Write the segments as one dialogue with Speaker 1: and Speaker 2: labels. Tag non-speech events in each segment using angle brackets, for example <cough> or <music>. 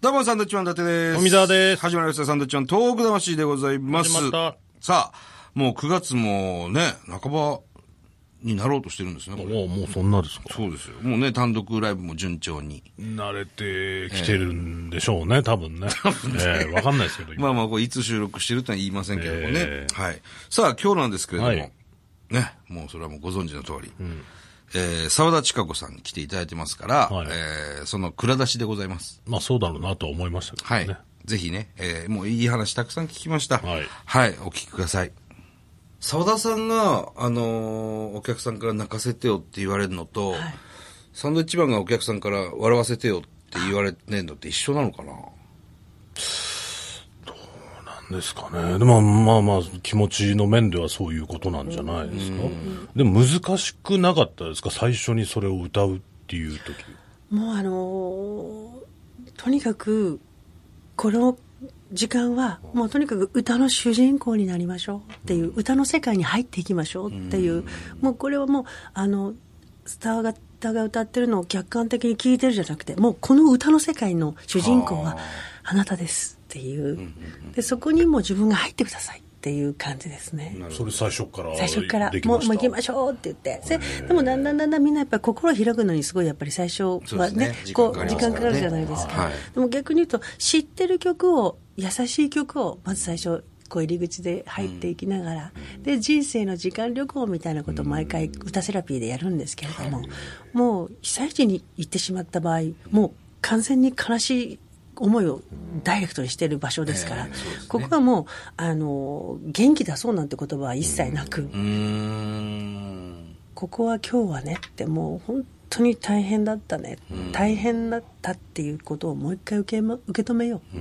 Speaker 1: どうも、サンドウィッチマン伊達です。
Speaker 2: 富澤です
Speaker 1: 始まりました、サンドウィッチマン、東北魂でございます。
Speaker 2: 始まった
Speaker 1: さあ、もう9月もね、半ばになろうとしてるんですね、これ。
Speaker 2: もう、もうそんなですか。
Speaker 1: そうですよ。もうね、単独ライブも順調に。
Speaker 2: 慣れてきてるんでしょうね、多分ね。ええわかんないですけど、今
Speaker 1: まあまあ、これいつ収録してるとは言いませんけどもね。
Speaker 2: え
Speaker 1: はい。さあ、今日なんですけれども、
Speaker 2: はい
Speaker 1: ね、もうそれはもうご存知の通り、えー、沢田千佳子さんに来ていただいてますから、
Speaker 2: はい
Speaker 1: えー、その蔵出しでございます。
Speaker 2: まあそうだろうなとは思いましたけど
Speaker 1: は
Speaker 2: ね。
Speaker 1: い。ぜひね、えー、もういい話たくさん聞きました。
Speaker 2: はい
Speaker 1: はい、お聞きください。沢田さんが、あのーお客さんから泣かせてよって言われるのと、サンドイッチマンがお客さんから笑わせてよって言われてんのって一緒なのかな
Speaker 2: なんですかね。でもまあまあ、気持ちの面ではそういうことなんじゃないですか。でも難しくなかったですか最初にそれを歌うっていう時。
Speaker 3: もうあのーとにかくこの時間はもうとにかく歌の主人公になりましょうっていう、歌の世界に入っていきましょうっていう、もうこれはもうあのスターがが歌ってるのを客観的に聞いてるじゃなくてもうこの歌の世界の主人公はあなたですっていうでそこにもう自分が入ってくださいっていう感じですね。
Speaker 2: それ最初から。
Speaker 3: 最初から
Speaker 2: でき
Speaker 3: も
Speaker 2: ま
Speaker 3: う
Speaker 2: し
Speaker 3: もう
Speaker 2: た
Speaker 3: 行きましょうって言ってそれでもだんだんだんだんみんなやっぱり心を開くのにすごいやっぱり最初は
Speaker 1: そうで
Speaker 3: ね
Speaker 1: すね
Speaker 3: こ
Speaker 1: 時間かか
Speaker 3: う
Speaker 1: りますからね
Speaker 3: 時間かかるじゃないですか、
Speaker 1: はい
Speaker 3: でも逆に言うと知ってる曲を優しい曲をまず最初こう入り口で入っていきながら、で人生の時間旅行みたいなことを毎回歌セラピーでやるんですけれども、もう被災地に行ってしまった場合もう完全に悲しい思いをダイレクトにしてる場所ですから、
Speaker 1: ええそうですね
Speaker 3: ここはもうあの元気出そうなんて言葉は一切なく、
Speaker 1: うーん。
Speaker 3: ここは今日はねってもう本当に大変だったね、大変だったっていうことをもう一回受け,、ま、受け止めよう、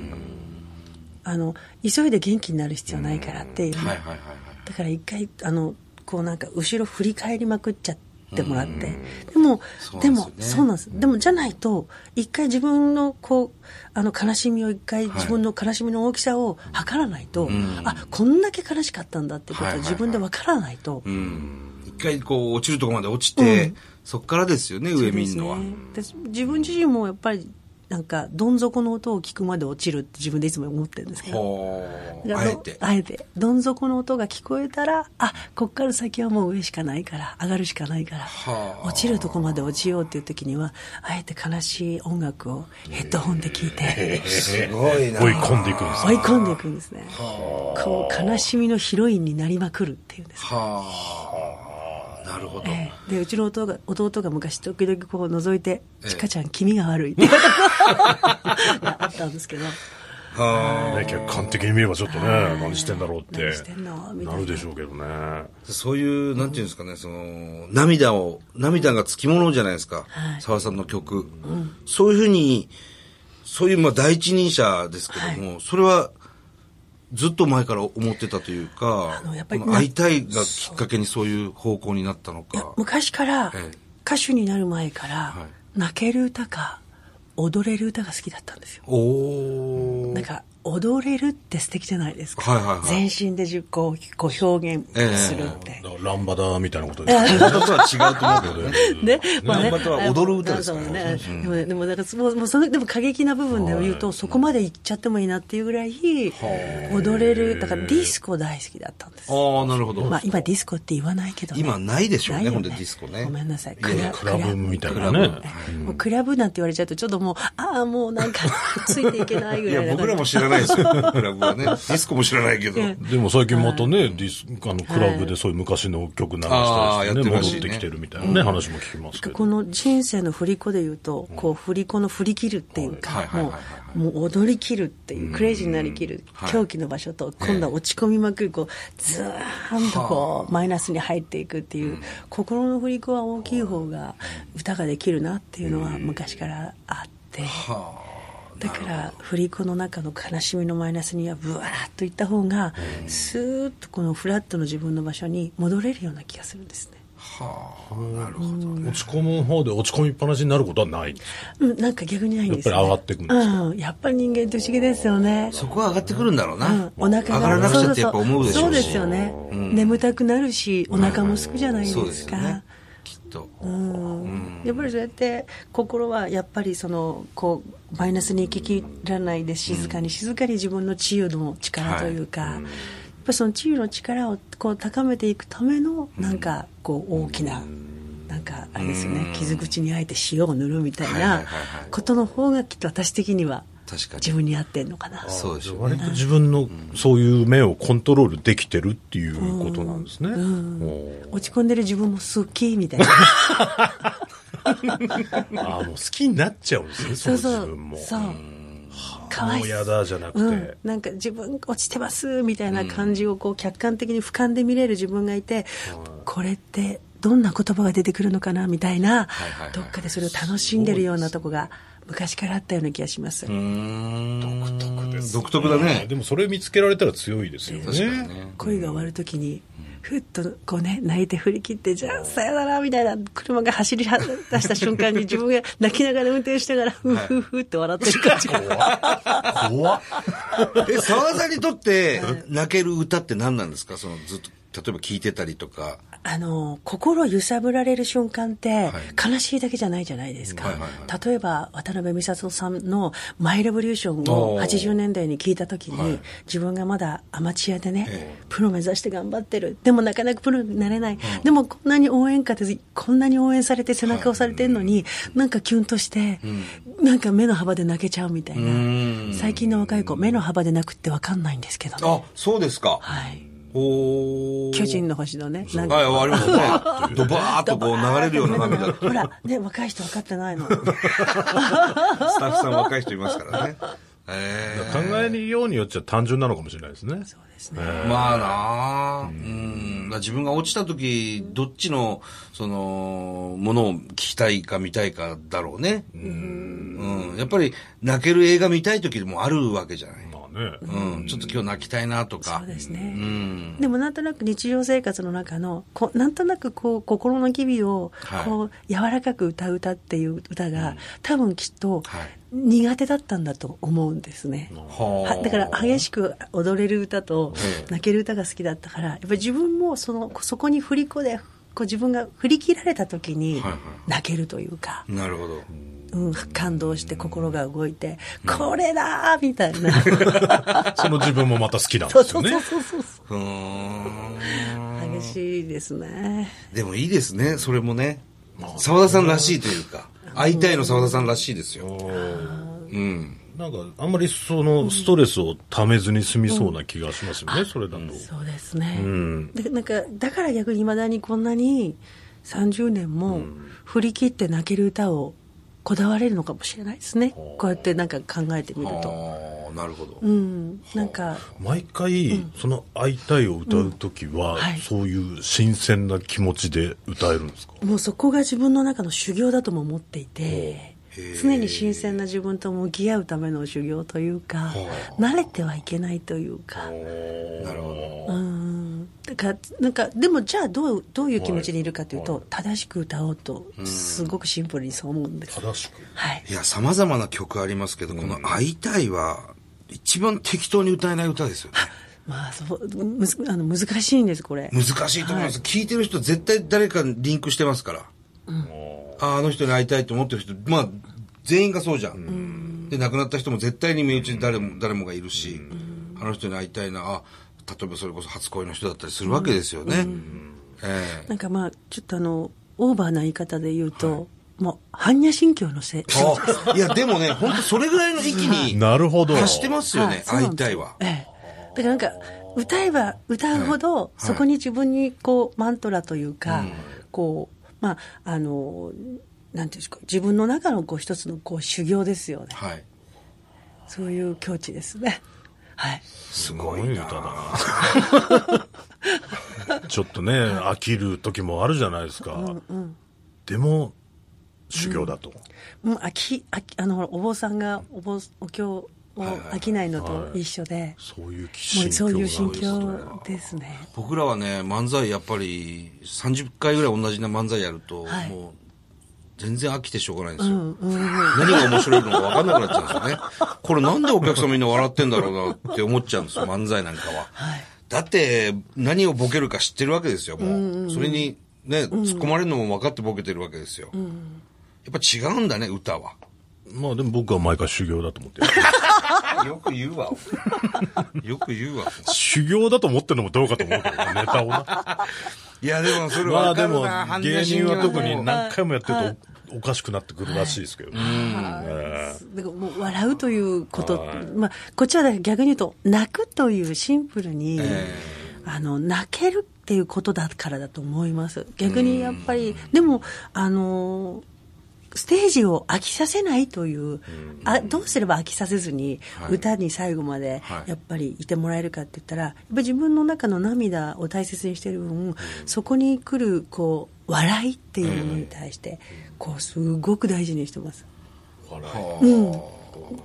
Speaker 3: あの急いで元気になる必要ないからって、
Speaker 1: はいはいはいはい。
Speaker 3: だから一回あのこうなんか後ろ振り返りまくっちゃってもらって、でも
Speaker 1: そう
Speaker 3: で
Speaker 1: なん
Speaker 3: も
Speaker 1: ですよね
Speaker 3: そうなんです、でもじゃないと一回自分のこうあの悲しみを一回自分の悲しみの大きさを測らないと、あこんだけ悲しかったんだってこと
Speaker 1: はいは
Speaker 3: は
Speaker 1: いはい
Speaker 3: 自分でわからないと、
Speaker 1: うん。一回こう落ちるとこまで落ちて、そっからですよね、上見んのは。
Speaker 3: そうですねで自分自身もやっぱりなんかどん底の音を聞くまで落ちるって自分でいつも思ってるんですけど
Speaker 1: ほう。
Speaker 3: だか
Speaker 1: あ
Speaker 3: ら
Speaker 1: え
Speaker 3: ど
Speaker 1: て。
Speaker 3: あえてどん底の音が聞こえたらあこっから先はもう上しかないから上がるしかないから
Speaker 1: はあ
Speaker 3: 落ちるとこまで落ちようっていう時にはあえて悲しい音楽をヘッドホンで聞いて
Speaker 1: すごいな。
Speaker 2: 追い込んでいくんです
Speaker 3: <laughs> 追い込んでいくんですねこう悲しみのヒロインになりまくるっていうんです
Speaker 1: はあ。なるほど。
Speaker 3: ええでうちの弟が弟が昔時々こう覗いて「
Speaker 1: ええ
Speaker 3: ちかちゃん気味が悪い」ってがあったんですけど
Speaker 1: はあ。
Speaker 2: ね、客観的に見ればちょっとね、何してんだろうっ
Speaker 3: 何して
Speaker 2: て。
Speaker 3: んのみた
Speaker 2: ないる
Speaker 3: な
Speaker 2: でしょうけどね。
Speaker 1: そういう、なんていうんですかね、その、涙を、涙がつきものじゃないですか。
Speaker 3: はい
Speaker 1: 沢さんの曲、そういうふうに、そういう、まあ、第一人者ですけども、それは、ずっと前から思ってたというか、
Speaker 3: あのやっぱり
Speaker 1: この会いたいがきっかけにそういう方向になったの
Speaker 3: いや
Speaker 1: か。
Speaker 3: 昔から
Speaker 1: ええ
Speaker 3: 歌手になる前から、
Speaker 1: は
Speaker 3: 泣ける歌か踊れる歌が好きだったんですよ
Speaker 1: おー
Speaker 3: なんか踊れるって素敵じゃないですか、
Speaker 1: はいはいはい
Speaker 3: 全身で自己こう表現するって、
Speaker 2: だからランバダみたいなことですね。
Speaker 1: 歌とは違うと思うけど
Speaker 3: <laughs>
Speaker 1: ね。
Speaker 3: ね、まあ
Speaker 1: ナンバとは踊る歌ですから
Speaker 3: ね。でもね、でも、だから、もう、もう、その、でも、過激な部分で言うと、そこまで行っちゃってもいいなっていうぐらい。踊れる、だから、ディスコ大好きだったんです。
Speaker 1: ああ、なるほど。
Speaker 3: まあ、今、ディスコって言わないけどね。
Speaker 1: 今ないでしょうね
Speaker 3: なよ
Speaker 1: ほんでディスコね
Speaker 3: ごめんなさい。
Speaker 1: いやいや
Speaker 2: クラブみたい
Speaker 1: クラ
Speaker 2: な
Speaker 1: ブ。
Speaker 2: ね。
Speaker 3: もうクラブなんて言われちゃうと、ちょっともう、ああ、もうなんか、 <laughs> ついていけないぐ
Speaker 1: い
Speaker 3: ら
Speaker 1: や、
Speaker 3: いな
Speaker 1: 僕らも
Speaker 3: 感じ
Speaker 1: 知らないですよ。クラブはね。ディスコも知らないけど。
Speaker 3: え
Speaker 2: でも最近またね、ディスあのクラブでそういう昔の曲流したりしてね、
Speaker 1: あーやってるらしい
Speaker 2: 戻
Speaker 1: ね
Speaker 2: ってきてるみたいなね、話も聞きますけど。
Speaker 3: この人生の振り子で言うと、こう振り子の振り切るっていう
Speaker 1: はい
Speaker 3: か、
Speaker 1: はいはい
Speaker 3: も
Speaker 1: は
Speaker 3: う、もう踊り切るっていう、クレイジーになりきる
Speaker 1: はい、
Speaker 3: 狂気の場所と、今度は落ち込みまくる、こう、ずーんとこう、マイナスに入っていくっていう、心の振り子は大きい方が、歌ができるなっていうのは昔からあって、だから、振り子の中の悲しみのマイナスには、ブワーッといった方が、スーッとこのフラットの自分の場所に戻れるような気がするんですね。
Speaker 2: 落ち込む方で落ち込みっぱなしになることはない。
Speaker 3: うん、なんか逆にないんですよ、ね、
Speaker 2: やっぱり上がってくんです
Speaker 3: うん、やっぱり人間って不思議ですよね
Speaker 1: そこは上がってくるんだろう
Speaker 3: う
Speaker 1: な。
Speaker 3: ん、お腹が
Speaker 1: 上がらなくちゃってやっぱ思うでしょうし。
Speaker 3: そうそうそうですよね、眠たくなるしお腹もすくじゃないですか、
Speaker 1: そうですよね。きっと。
Speaker 3: うんやっぱりそうやって心はやっぱりそのこうマイナスに行ききらないで静かに静かに自分の治癒の力というか、
Speaker 1: はい
Speaker 3: やっぱりその治癒の力をこう高めていくためのなんかこう大きな、なんかあれですよね、傷口にあえて塩を塗るみたい
Speaker 1: はいはいは
Speaker 3: な
Speaker 1: は
Speaker 3: い
Speaker 1: い
Speaker 3: ことの方がきっと私的には
Speaker 1: 確かに
Speaker 3: 自分に合ってんのかな。
Speaker 1: そうでしょう
Speaker 2: 割
Speaker 1: ね。
Speaker 2: と自分のそういう面をコントロールできてるっていうことなんですね。おー
Speaker 3: 落ち込んでる自分も好きみた
Speaker 1: <laughs>
Speaker 3: いな
Speaker 2: ああ、もう好きになっちゃうんですね、そ
Speaker 3: そう
Speaker 2: の自
Speaker 3: そ
Speaker 2: 分
Speaker 3: う
Speaker 2: も。
Speaker 3: そうかわい
Speaker 2: もう
Speaker 3: そう
Speaker 2: やだじゃなくて。
Speaker 3: うん、なんか自分落ちてますみたいな感じをこう客観的に俯瞰で見れる自分がいて、これってどんな言葉が出てくるのかなみたいな、
Speaker 1: いはいはい
Speaker 3: どっかでそれを楽しんでるようなとこが昔からあったような気がします、
Speaker 1: うーん独特
Speaker 2: です
Speaker 1: 独特だね。
Speaker 2: でもそれ見つけられたら強いですよね。
Speaker 1: 確かにね。
Speaker 3: 恋が終わるときにふっとこうね泣いて振り切ってじゃあさよならみたいな車が走り出した瞬間に自分が泣きながら運転しながらふふふって笑ってる感
Speaker 1: <laughs>
Speaker 3: じが
Speaker 2: 怖っ
Speaker 1: え、沢田さんにとって、泣ける歌って何なんですかそのずっと、例えば聴いてたりとか。
Speaker 3: あの心揺さぶられる瞬間って、
Speaker 1: は
Speaker 3: 悲しいだけじゃないじゃないですか、
Speaker 1: はいはいは
Speaker 3: 例えば渡辺美里さんの「マイ・レボリューション」を
Speaker 1: おー
Speaker 3: 80年代に聞いた時に、
Speaker 1: はい
Speaker 3: 自分がまだアマチュアでね、
Speaker 1: ええ
Speaker 3: プロ目指して頑張ってるでもなかなかプロになれない、でもこんなに応援歌でこんなに応援されて背中を押されてるのに、なんかキュンとして、なんか目の幅で泣けちゃうみたいな最近の若い子目の幅で泣くって分かんないんですけどね
Speaker 1: あ、そうですか。
Speaker 3: はい
Speaker 1: おー
Speaker 3: 巨人の星のねなんか
Speaker 1: はい、終わりま
Speaker 3: <laughs>
Speaker 1: すね。ドバーッとこう流れるような涙。
Speaker 3: ほら、ね、若い人分かっ
Speaker 1: <laughs>
Speaker 3: てないの。
Speaker 1: スタッフさん若い人いますから
Speaker 3: <laughs>
Speaker 1: ね。え
Speaker 2: 考えるようによっちゃ単純なのかもしれないですね。
Speaker 3: そうですね。
Speaker 1: えまあなあ、うん、だから自分が落ちた時、どっちの、その、ものを聞きたいか見たいかだろうね。うん。やっぱり、泣ける映画見たい時でもあるわけじゃない。
Speaker 2: まあね。
Speaker 1: うん。ちょっと今日泣きたいなとか。
Speaker 3: そうです
Speaker 1: う
Speaker 3: ね。
Speaker 1: ん。
Speaker 3: でもなんとなく日常生活の中のこうなんとなくこう心の機微を
Speaker 1: はい
Speaker 3: こう柔らかく歌う歌っていう歌が、多分きっと
Speaker 1: はい
Speaker 3: 苦手だったんだと思うんですね。は
Speaker 1: は
Speaker 3: だから激しく踊れる歌と
Speaker 1: ええ
Speaker 3: 泣ける歌が好きだったからやっぱり自分もそのそこに振り子でこう自分が振り切られた時に
Speaker 1: はいはい
Speaker 3: 泣けるというか。
Speaker 1: なるほど。
Speaker 3: うん、感動して心が動いて、これだーみたいな。
Speaker 2: その自分もまた好きなん
Speaker 3: そ
Speaker 2: で
Speaker 3: う
Speaker 2: す
Speaker 3: そ
Speaker 2: よ
Speaker 3: うそ
Speaker 2: ね
Speaker 3: う。そうそう。
Speaker 1: うーん。
Speaker 3: 激しいですね。
Speaker 1: でもいいですね、それもね。沢田さんらしいというか、会いたいの沢田さんらしいですよ。うん。
Speaker 2: なんか、あんまりそのストレスをためずに済みそうな気がしますよね、それだと。
Speaker 3: そうですね。
Speaker 2: ん
Speaker 3: でなんかだから逆にいまだにこんなに30年も振り切って泣ける歌をこだわれるのかもしれないですね。こうやってなんか考えてみる
Speaker 1: あ
Speaker 3: と。
Speaker 1: あ、なるほど。
Speaker 3: うん、なんか
Speaker 2: 毎回、その会いたいを歌うときは
Speaker 3: はい、
Speaker 2: そういう新鮮な気持ちで歌えるんですか
Speaker 3: もうそこが自分の中の修行だとも思っていて常に新鮮な自分と向き合うための修行というか慣れてはいけないというか
Speaker 1: なるほど。
Speaker 3: うんだからなんかでもじゃあどうどういう気持ちでいるかというと、正しく歌おうとすごくシンプルにそう思うんです、
Speaker 2: 正しく。
Speaker 3: はい
Speaker 1: いや、様々な曲ありますけど、この会いたいは、一番適当に歌えない歌ですよ
Speaker 3: <laughs>
Speaker 1: ね。
Speaker 3: まあそうむずあの難しいんですこれ
Speaker 1: 難しいと思います。聴、い、てる人絶対誰かにリンクしてますから。ああの人に会いたいと思ってる人、まあ、全員がそうじゃん。で、亡くなった人も絶対に身内に誰も、誰もがいるし、あの人に会いたいな、あ、例えばそれこそ初恋の人だったりするわけですよね。ええ
Speaker 3: なんかまあちょっとあのオーバーな言い方で言うと、もう般若心経のせい
Speaker 1: あいや、でもね、本当それぐらいの域
Speaker 3: <laughs>
Speaker 1: に、
Speaker 2: なるほど。
Speaker 1: 発してますよ
Speaker 3: は
Speaker 1: ね、
Speaker 3: そうな
Speaker 1: 会
Speaker 3: ん
Speaker 1: い
Speaker 3: です
Speaker 1: たい
Speaker 3: よ
Speaker 1: は。
Speaker 3: ええだからなんか歌えば歌うほど、そこに自分にこうマントラというか、こうまああのなんていうんですか自分の中のこう一つのこう修行ですよね
Speaker 1: はい。
Speaker 3: そういう境地ですねはい
Speaker 1: す
Speaker 2: す
Speaker 1: ご
Speaker 2: ご
Speaker 1: い
Speaker 2: い
Speaker 1: な。
Speaker 2: 歌だな。 <laughs> ちょっとね、飽きる時もあるじゃないですか。でも、修行だと。
Speaker 3: うん、飽き飽きあのほらお坊さんがお坊お経を飽きないのと一緒で、
Speaker 2: そういう
Speaker 3: も
Speaker 2: 心
Speaker 3: う
Speaker 2: 境
Speaker 3: そう
Speaker 2: が
Speaker 3: いう心境ですね
Speaker 1: 僕らはね、漫才やっぱり30回ぐらい同じな漫才やると、
Speaker 3: はい
Speaker 1: もう全然飽きてしょうがないんですよ。
Speaker 3: うんうん
Speaker 1: 何が面白いのか分かんなくなっちゃうん
Speaker 3: <laughs>
Speaker 1: ですよね。これなんでお客さんみんな笑ってんだろうなって思っちゃうんですよ、漫才なんかは。
Speaker 3: はい
Speaker 1: だって、何をボケるか知ってるわけですよ、もう。それに、ね、突っ込まれるのも分かってボケてるわけですよ。やっぱ違うんだね、歌は。
Speaker 2: まあでも僕は毎回修行だと思ってる。
Speaker 1: <laughs> よく言うわ。よく言うわ。
Speaker 2: 修行だと思ってるのもどうかと思うけどね、ネタを <laughs> な。
Speaker 1: いや、でもそれ
Speaker 2: ま
Speaker 1: は
Speaker 2: あ
Speaker 1: 分か
Speaker 2: で
Speaker 1: るな、
Speaker 2: も、芸人は特に
Speaker 1: な。
Speaker 2: 何回もやってるとおおかしくなってくるらしいですけどね。え
Speaker 3: だからもう笑うということ、まあ、こっちはだから逆に言うと、泣くというシンプルに、あの泣けるっていうことだからだと思います、逆にやっぱり、でも、あのステージを飽きさせないという、あどうすれば飽きさせずに、
Speaker 1: はい
Speaker 3: 歌に最後まで
Speaker 1: はい
Speaker 3: やっぱりいてもらえるかって言ったら、やっぱり自分の中の涙を大切にしてる分、そこに来るこう笑いっていうものに対して、こうすごく大事にしてます。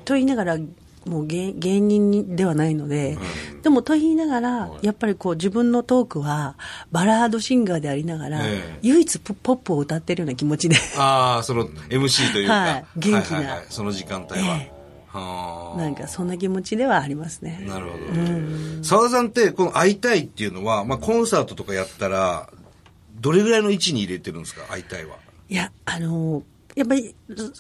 Speaker 3: と言いながらもう芸芸人ではないので、でもと言いながら、やっぱりこう自分のトークはバラードシンガーでありながら、
Speaker 1: ええ
Speaker 3: 唯一ポポップを歌ってるような気持ちで
Speaker 1: ああ、その MC というか、
Speaker 3: はい元気な
Speaker 1: はいはいはいその時間帯は。
Speaker 3: ええ
Speaker 1: はあ
Speaker 3: なんかそんな気持ちではありますね
Speaker 1: なるほど。澤田さんって、この会いたいっていうのは、まあ、コンサートとかやったら、どれぐらいの位置に入れてるんですか、会いたいは。
Speaker 3: いやあのやっぱり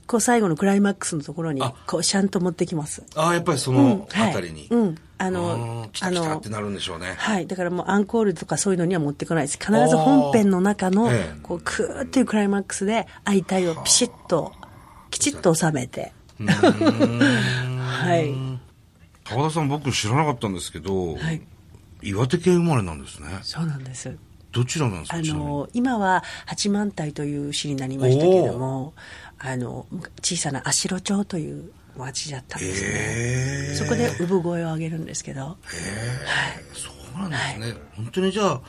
Speaker 3: こう最後のクライマックスのところに
Speaker 1: あ
Speaker 3: こうシャンと持ってきます
Speaker 1: ああ、やっぱりそ
Speaker 3: うん
Speaker 1: のあたりに。
Speaker 3: はいうん、あ
Speaker 1: あ
Speaker 3: の
Speaker 1: ー来た来たってなるんでしょうね。
Speaker 3: はい。だからもうアンコールとかそういうのには持ってこないです。必ず本編の中の
Speaker 1: あーええ、
Speaker 3: こう、クーっていうクライマックスで、相対をピシッと、きちっと収めて。 <laughs> はい。
Speaker 1: 澤田さん、僕知らなかったんですけど、
Speaker 3: はい。
Speaker 1: 岩手県生まれなんですね。
Speaker 3: そうなんです。
Speaker 1: どちらなんですか
Speaker 3: あ
Speaker 1: ちなみに
Speaker 3: の、今は八幡平という市になりましたけども、あの、小さな足代町という町だったんですね。そこで産声を上げるんですけど、
Speaker 1: そうなんですね、本当にじゃあ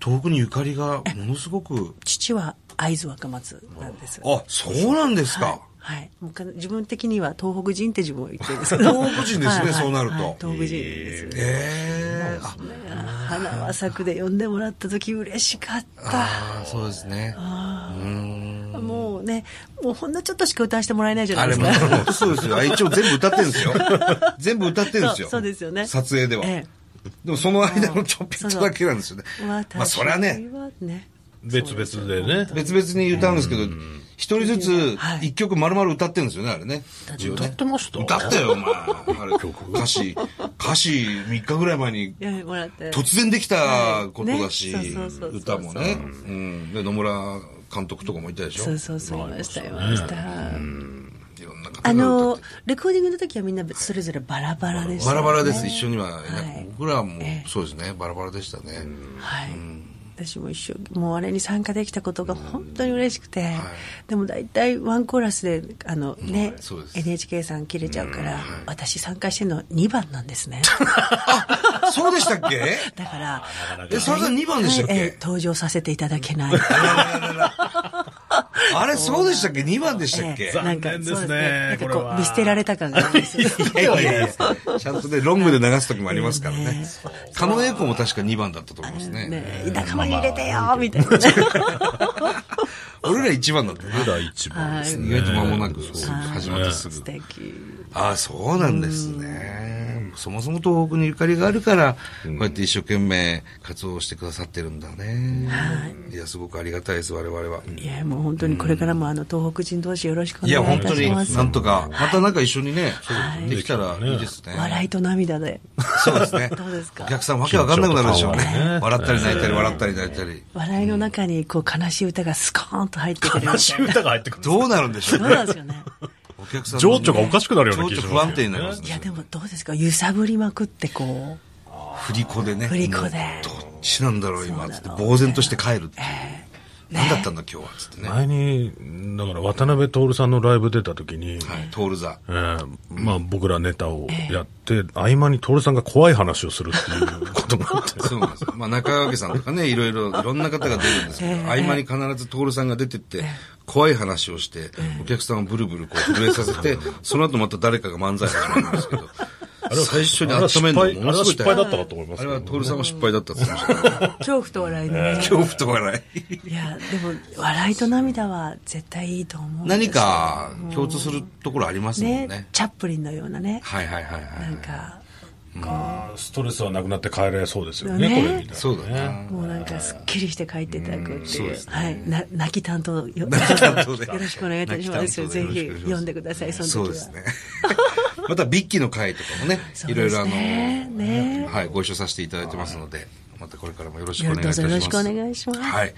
Speaker 1: 東北にゆかりがものすごく
Speaker 3: 父は会津若松なんです。
Speaker 1: あそうなんですか、
Speaker 3: はい、もうか自分的には東北人って自分は言ってるんですけ
Speaker 1: <laughs>
Speaker 3: ど
Speaker 1: 東北人ですね
Speaker 3: はいはい
Speaker 1: そうなると
Speaker 3: はい東北人ですね、
Speaker 1: ええあ
Speaker 3: 花は咲くで呼んでもらった時嬉しかった
Speaker 1: あーそうですね
Speaker 3: もうねもうほんのちょっとしか歌わせてもらえないじゃな
Speaker 1: あ
Speaker 3: いで
Speaker 1: れ
Speaker 3: す
Speaker 1: も
Speaker 3: か
Speaker 1: そうですよあ一応全部歌ってるんですよ全部歌ってるんですよ
Speaker 3: そうそうですよね
Speaker 1: 撮影では、
Speaker 3: え
Speaker 1: でもその間のちょっぴっとだけなんですよね
Speaker 3: え
Speaker 1: まあそれはね
Speaker 3: 私はね
Speaker 2: 別々でね。
Speaker 1: 別々に歌うんですけど一人ずつ
Speaker 3: はい
Speaker 1: 一曲丸々歌ってるんですよねあれね一応ね
Speaker 2: 歌ってました
Speaker 1: 歌ったよお前あれ歌詞歌詞3日ぐらい前に
Speaker 3: いやもらって
Speaker 1: 突然できたことだし、
Speaker 3: はいねそうそうそうそう
Speaker 1: 歌もね、うん、で野村監督とかもいたでしょ
Speaker 3: そうそうそういましたいました、
Speaker 1: いろんな方が歌って
Speaker 3: あのレコーディングの時はみんなそれぞれバラバラでした
Speaker 1: バ
Speaker 3: ね、
Speaker 1: ラバラです一緒にはいなく、
Speaker 3: はい
Speaker 1: 僕らはもう
Speaker 3: ええ
Speaker 1: そうですねバラバラでしたね、
Speaker 3: はい、私も一生もうあれに参加できたことが本当に嬉しくて、でも大体ワンコーラスであの、ね
Speaker 1: そうです
Speaker 3: NHK さん切れちゃうから、私参加してるの2番なんで
Speaker 1: <laughs>
Speaker 3: すね
Speaker 1: そうでしたっけ
Speaker 3: だから
Speaker 1: えそれさん2番でしたっけ、
Speaker 3: はいえー登場させていただけない
Speaker 1: あれそうでしたっけ2番でしたっけ、
Speaker 3: えー
Speaker 2: 残
Speaker 3: <laughs> なんか
Speaker 2: 念ですね
Speaker 3: そうなんか
Speaker 2: これ
Speaker 3: こ
Speaker 2: は
Speaker 3: う見捨てられた感があるんで
Speaker 1: <laughs>
Speaker 3: す
Speaker 1: いやいやいやちゃんとねロングで流す時もありますからね
Speaker 3: ね
Speaker 1: 狩野英孝も確か2番だったと思いますね
Speaker 3: ね仲間に入れてよみたい
Speaker 1: <laughs>
Speaker 3: なね
Speaker 1: 俺ら1番だったね
Speaker 2: まだ一番です
Speaker 1: 意
Speaker 2: ね。
Speaker 1: 外と間もなく始まってすぐ
Speaker 3: 素敵
Speaker 1: ああ、そうなんですね。そもそも東北にゆかりがあるから、こうやって一生懸命活動してくださってるんだね。いや、すごくありがたいです、我々は。
Speaker 3: いやもう本当にこれからもあの東北人同士よろしくお
Speaker 1: いや、
Speaker 3: 願い
Speaker 1: 本
Speaker 3: いた
Speaker 1: 当
Speaker 3: し
Speaker 1: に、
Speaker 3: ま
Speaker 1: な
Speaker 3: す
Speaker 1: んとか、またなんか一緒にね、できたらいいですね。
Speaker 3: 笑いと涙で
Speaker 1: そうですね。
Speaker 3: どうですか
Speaker 1: お客さんわけわかんなくなるでしょう
Speaker 2: 緊張感は
Speaker 1: ね
Speaker 2: ね。
Speaker 1: 笑ったり泣いたり、笑ったり泣いたり。
Speaker 3: 笑いの中にこう悲しい歌がスコーンと入ってくるみたいな。
Speaker 2: 歌が入ってくる。
Speaker 1: どうなるんでしょう
Speaker 3: どうな
Speaker 1: ね
Speaker 3: ん。ですかね。
Speaker 1: お客さんのね
Speaker 2: 情緒がおかしくなるような気がし
Speaker 1: 情
Speaker 2: ま
Speaker 1: 緒
Speaker 2: す
Speaker 1: 不安定になります
Speaker 3: い
Speaker 1: ね。
Speaker 3: やでもどうですか揺さぶりまくってこう。
Speaker 1: 振り子でね。
Speaker 3: 振り子で
Speaker 1: もうどっちなんだろう、今。
Speaker 3: そう
Speaker 1: つ
Speaker 3: な
Speaker 1: っ
Speaker 3: の
Speaker 1: て、呆然として帰るっていう。何だったんだ、今日は。つってね。は
Speaker 2: 前に、だから渡辺徹さんのライブ出た時に、
Speaker 1: い、トールザ。
Speaker 2: えーまあ僕らネタをやって、合間に徹さんが怖い話をするっていうことがあって。
Speaker 1: そうなんですよ。まあ中川家さんとかね、いろいろ、いろんな方が出るんですけど、
Speaker 3: ええ
Speaker 1: 合間に必ず徹さんが出てって、怖い話をして、お客さんをブルブルこう震えさせて、その後また誰かが漫才始まるんですけど、あれは最初に
Speaker 2: あれは
Speaker 1: 温めるの
Speaker 2: 失敗
Speaker 1: ものすごい大変
Speaker 2: あれは失敗だったかと思います
Speaker 1: あ
Speaker 2: け
Speaker 1: れ
Speaker 2: ど
Speaker 1: は徹さんは失敗だったって言ってましたからね
Speaker 2: <laughs>
Speaker 3: 恐怖と笑いのね。
Speaker 1: 恐怖と笑
Speaker 3: <laughs>
Speaker 1: い。
Speaker 3: いやでも笑いと涙は絶対いいと思う。
Speaker 1: 何。か共通するところありますもんね。
Speaker 3: ねチャップリンのようなね
Speaker 1: はいはいはいはい。
Speaker 3: なんか
Speaker 2: か、 <laughs> ストレスはなくなって帰れそうですよ
Speaker 3: だ
Speaker 2: ね、
Speaker 3: ね
Speaker 2: これみたいな。
Speaker 1: そうだね。
Speaker 3: もうなんかすっきりして帰っていただくっていう。
Speaker 1: そうですね
Speaker 3: はい。な泣き担当よ。
Speaker 1: 担当で
Speaker 3: よろしくお願いいたします。
Speaker 1: 泣き担当で
Speaker 3: ぜ
Speaker 1: よろしくお願い
Speaker 3: ひ
Speaker 1: します
Speaker 3: 読んでください、その時は。
Speaker 1: そうですね。 <laughs> また、ビッキーの会とかもね、
Speaker 3: そう
Speaker 1: い
Speaker 3: です
Speaker 1: ろいろあ
Speaker 3: ね
Speaker 1: の、
Speaker 3: ね
Speaker 1: はい、ご一緒させていただいてますので、またこれからもよろしくお
Speaker 3: よ
Speaker 1: 願いい
Speaker 3: ろ
Speaker 1: たします。
Speaker 3: どうぞよろしくお願いします
Speaker 1: はい。